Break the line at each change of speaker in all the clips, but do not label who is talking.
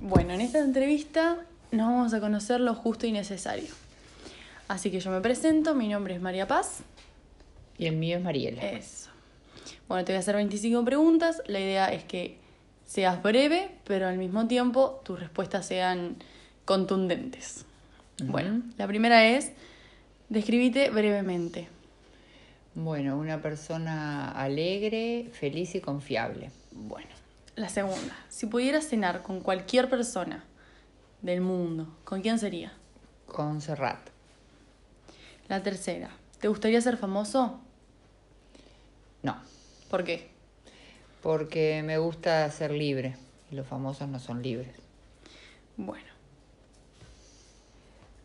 Bueno, en esta entrevista nos vamos a conocer lo justo y necesario. Así que yo me presento, mi nombre es María Paz.
Y el mío es Mariela.
Eso. Bueno, te voy a hacer 25 preguntas. La idea es que seas breve, pero al mismo tiempo tus respuestas sean contundentes.
Ujú.
Bueno, la primera es, describite brevemente.
Bueno, una persona alegre, feliz y confiable.
Bueno, la segunda, si pudieras cenar con cualquier persona del mundo, ¿con quién sería?
Con Serrat.
La tercera, ¿te gustaría ser famoso?
No,
¿Por qué?
porque me gusta ser libre. Y los famosos no son libres.
Bueno.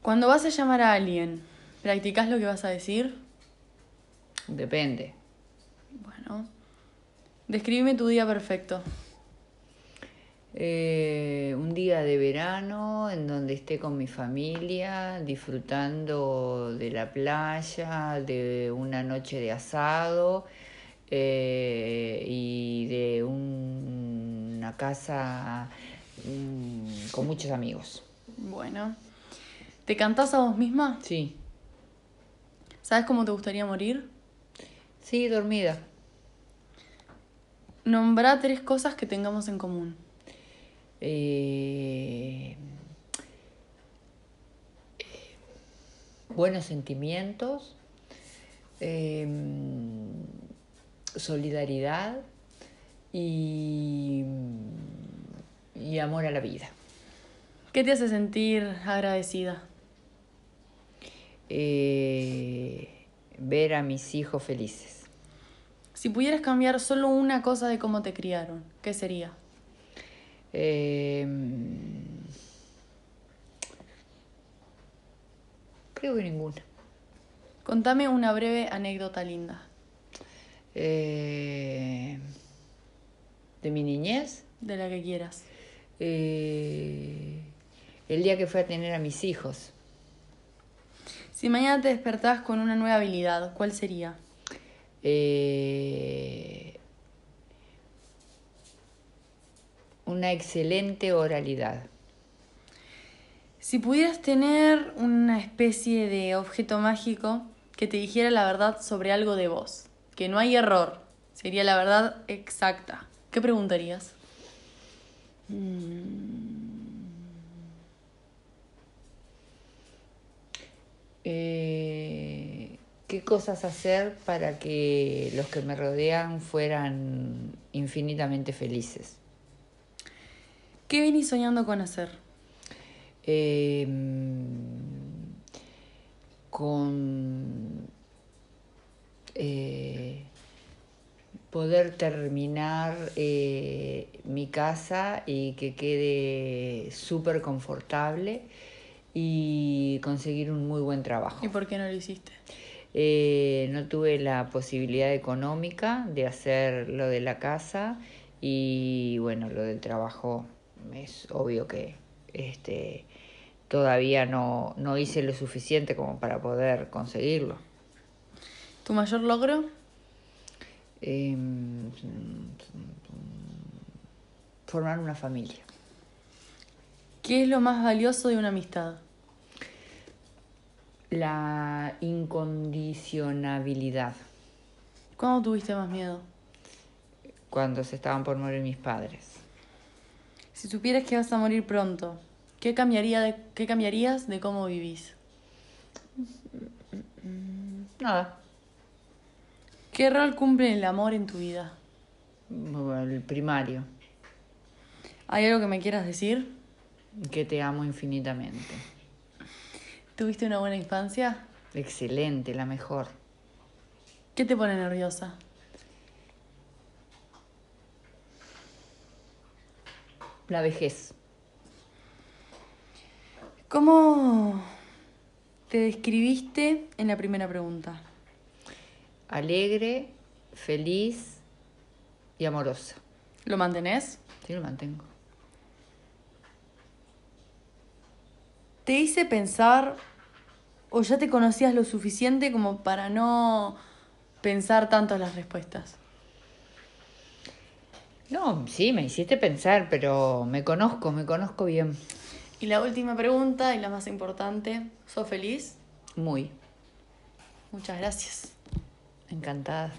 Cuando vas a llamar a alguien, ¿practicas lo que vas a decir?
Depende.
Bueno. Describime tu día perfecto.
Eh, un día de verano en donde esté con mi familia, disfrutando de la playa, de una noche de asado eh, y de un- una casa mm, con muchos amigos.
Bueno. ¿Te cantás a vos misma?
Sí,
¿Sabes cómo te gustaría morir?
sí, dormida.
Nombrá tres cosas que tengamos en común.
Eh, buenos sentimientos, eh, solidaridad y, y amor a la vida.
¿Qué te hace sentir agradecida?
Eh, ver a mis hijos felices.
Si pudieras cambiar solo una cosa de cómo te criaron, ¿qué sería?
Eh, creo que ninguna.
Contame una breve anécdota linda
Eh, de mi niñez.
de la que quieras.
eh, el día que fui a tener a mis hijos.
Si mañana te despertás con una nueva habilidad, ¿cuál sería?
eh, una excelente oralidad.
Si pudieras tener una especie de objeto mágico que te dijera la verdad sobre algo de vos, que no hay error, sería la verdad exacta, ¿qué preguntarías?
Eh, ¿Qué cosas hacer para que los que me rodean fueran infinitamente felices?
¿Qué venís soñando con hacer?
eh, con eh, poder terminar eh, mi casa y que quede súper confortable y conseguir un muy buen trabajo.
¿Y por qué no lo hiciste?
Eh, no tuve la posibilidad económica de hacer lo de la casa y bueno, lo del trabajo es obvio que este, todavía no, no hice lo suficiente como para poder conseguirlo.
¿Tu mayor logro?
Eh, formar una familia.
¿Qué es lo más valioso de una amistad?
La incondicionabilidad
¿Cuándo tuviste más miedo?
cuando se estaban por morir mis padres.
Si supieras que vas a morir pronto, ¿qué, cambiaría de- qué cambiarías de cómo vivís?
Nada.
¿Qué rol cumple el amor en tu vida?
El primario.
¿Hay algo que me quieras decir?
Que te amo infinitamente.
¿Tuviste una buena infancia?
Excelente, la mejor.
¿Qué te pone nerviosa?
La vejez.
¿Cómo te describiste en la primera pregunta?
Alegre, feliz y amorosa.
¿Lo mantenés?
Sí, lo mantengo.
¿Te hice pensar o ya te conocías lo suficiente como para no pensar tanto en las respuestas?
No, sí, me hiciste pensar, pero me conozco, me conozco bien.
Y la última pregunta y la más importante, ¿sos feliz?
Muy.
Muchas gracias.
Encantada.